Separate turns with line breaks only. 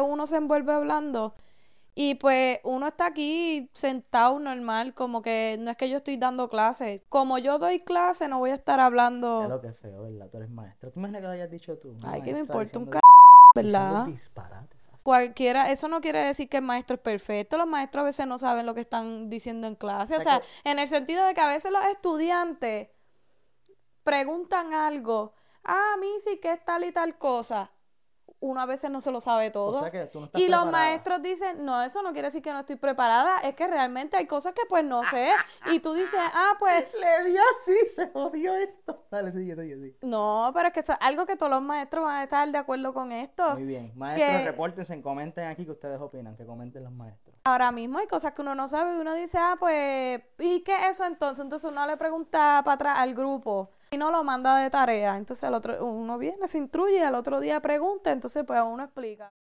uno se envuelve hablando. Y pues uno está aquí sentado normal, como que no es que yo estoy dando clases. Como yo doy clase, no voy a estar
Ya lo
hablando.
que es feo, ¿verdad? Tú eres maestra. ¿Tú imaginas que lo hayas dicho tú? una
Oh. Ay, que me
maestra
importa un
diciendo-
c,
diciendo
¿verdad?
disparates así.
Cualquiera, eso no quiere decir que el maestro es perfecto. Los maestros a veces no saben lo que están diciendo en clase. O
O sea
sea,
que-
en el sentido de que a veces los estudiantes preguntan algo. Ah, Missy, ¿qué es tal y tal cosa? Uno a veces no se lo sabe todo.
O sea que tú no estás
Y los
preparada.
maestros dicen, no, eso no quiere decir que no estoy preparada, es que realmente hay cosas que pues
Ah,
no sé. Y tú dices, ah, pues
Le di así, se jodió esto. Dale, sigue, sigue, sigue.
no, pero es que eso es algo que todos los maestros van a estar de acuerdo con esto.
Muy bien. Maestros,
que-
repórtense, comenten aquí que ustedes opinan, que comenten los maestros.
Ahora mismo hay cosas que uno no sabe y uno dice, ah, pues, ¿y qué es eso entonces? Entonces uno le pregunta para atrás al grupo y no lo manda de tarea. Entonces el otro, uno viene, se instruye, al otro día pregunta, entonces pues uno explica.